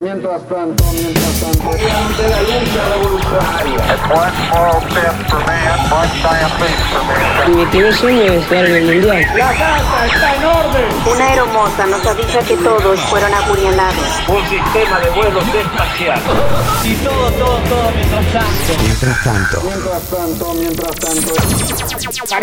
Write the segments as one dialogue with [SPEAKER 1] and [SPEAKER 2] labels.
[SPEAKER 1] Mientras tanto, mientras tanto, ante la lucha revolucionaria.
[SPEAKER 2] Mi primer sueño es jugar en el mundial.
[SPEAKER 1] La casa está en orden.
[SPEAKER 3] Una aeromoza nos avisa que todos fueron apuñalados.
[SPEAKER 1] Un sistema de vuelos espacial.
[SPEAKER 4] Mientras tanto,
[SPEAKER 1] Mientras tanto, mientras tanto.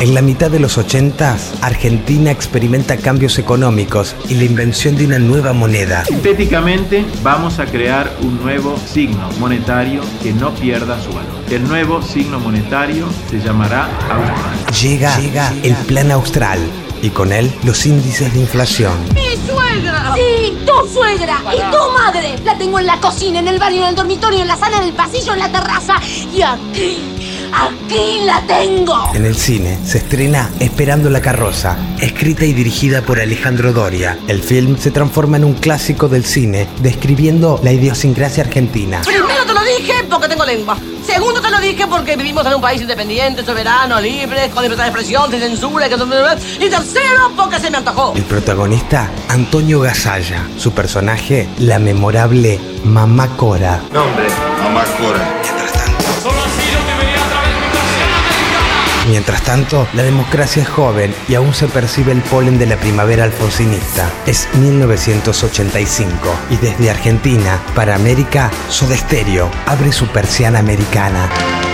[SPEAKER 4] en la mitad de los 80, Argentina experimenta cambios económicos y la invención de una nueva moneda.
[SPEAKER 5] Sintéticamente, vamos a crear un nuevo signo monetario que no pierda su valor. El nuevo signo monetario se llamará Austral.
[SPEAKER 4] Llega, llega el plan austral y con él los índices de inflación.
[SPEAKER 6] ¡Mi suegra! Sí, tu suegra y tu madre. La tengo en la cocina, en el baño, en el dormitorio, en la sala, en el pasillo, en la terraza. Y aquí, aquí la tengo.
[SPEAKER 4] En el cine se estrena Esperando la carroza, escrita y dirigida por Alejandro Doria. El film se transforma en un clásico del cine, describiendo la idiosincrasia argentina.
[SPEAKER 7] Primero te lo dije porque tengo lengua. Segundo te lo dije porque vivimos en un país independiente, soberano, libre, con libertad de expresión, sin censura. que- Y tercero porque se me antojó.
[SPEAKER 4] El protagonista, Antonio Gasalla. Su personaje, la memorable Mamá Cora.
[SPEAKER 8] Mamá Cora.
[SPEAKER 4] Mientras tanto. Mientras tanto, la democracia es joven y aún se percibe el polen de la primavera alfonsinista. Es 1985 y desde Argentina para América, Soda Stereo abre su persiana americana.